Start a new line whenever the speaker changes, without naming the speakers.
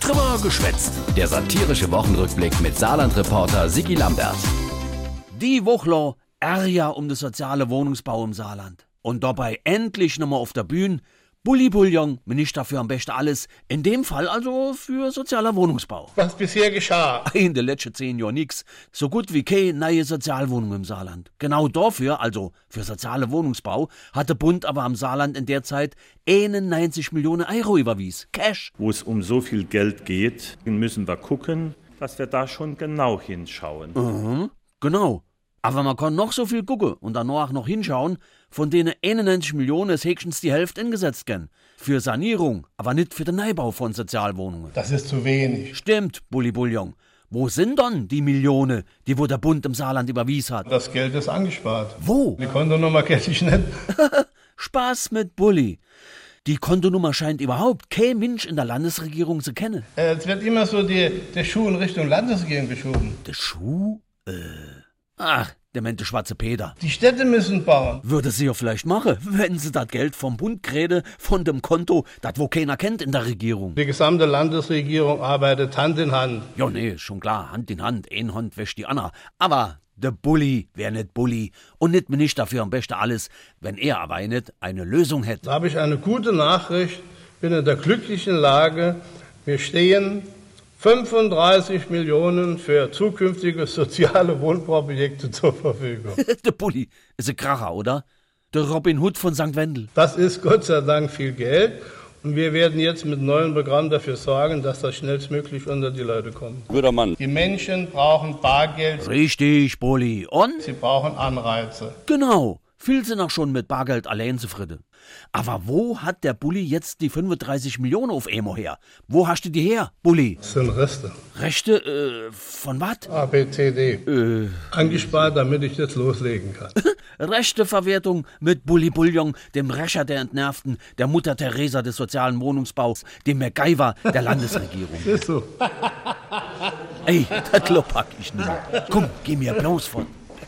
Trimmer geschwätzt. Der satirische Wochenrückblick mit Saarland-Reporter Sigi Lambert.
Die Wochlau Ärger um den sozialen Wohnungsbau im Saarland. Und dabei endlich nochmal auf der Bühne. Bulli Bullion, Minister für am besten alles. In dem Fall also für sozialer Wohnungsbau.
Was bisher geschah.
In den letzten zehn Jahren nix. So gut wie keine neue Sozialwohnung im Saarland. Genau dafür, also für soziale Wohnungsbau, hat der Bund aber am Saarland in der Zeit 91 Millionen Euro überwies. Cash.
Wo es um so viel Geld geht, müssen wir gucken, dass wir da schon genau hinschauen.
Mhm, genau. Aber man kann noch so viel gucken und danach noch hinschauen, von denen 91 Millionen ist höchstens die Hälfte eingesetzt gern. Für Sanierung, aber nicht für den Neubau von Sozialwohnungen.
Das ist zu wenig.
Stimmt, Bulli Bullion. Wo sind dann die Millionen, die wo der Bund im Saarland überwies hat?
Das Geld ist angespart.
Wo?
Die Kontonummer kenne ich nicht.
Spaß mit Bulli. Die Kontonummer scheint überhaupt kein Mensch in der Landesregierung zu kennen.
Äh, Es wird immer so die, der Schuh in Richtung Landesregierung geschoben.
Der Schuh? Äh. Ach, der mente schwarze Peter.
Die Städte müssen bauen.
Würde sie ja vielleicht machen, wenn sie das Geld vom Bund kräde, von dem Konto, das wo keiner kennt in der Regierung.
Die gesamte Landesregierung arbeitet Hand in Hand.
Ja, nee, ist schon klar, Hand in Hand, ein Hand wäscht die Anna. Aber der Bulli wär nicht Bulli und nicht Minister für am besten alles, wenn er aber nicht eine Lösung hätte.
Da habe ich eine gute Nachricht. Bin in der glücklichen Lage. Wir stehen 35 Millionen für zukünftige soziale Wohnbauprojekte zur Verfügung.
der Bulli ist ein Kracher, oder? Der Robin Hood von St. Wendel.
Das ist Gott sei Dank viel Geld. Und wir werden jetzt mit neuen Programmen dafür sorgen, dass das schnellstmöglich unter die Leute kommt.
Guter Mann.
Die Menschen brauchen Bargeld,
Richtig, Bulli. Und?
sie brauchen Anreize.
Genau. Viel sind auch schon mit Bargeld allein zufrieden. Aber wo hat der Bulli jetzt die 35 Millionen auf Emo her? Wo hast du die her, Bulli?
Das sind Reste.
Rechte, äh, von wat?
A, B, C, D.
Äh.
Angespart, damit ich jetzt loslegen kann.
Rechte Verwertung mit Bulli Bullion, dem Rächer der Entnervten, der Mutter Teresa des sozialen Wohnungsbaus, dem MacGyver der Landesregierung.
Ist so.
Ey, das Klo pack ich nicht. Komm, geh mir bloß von.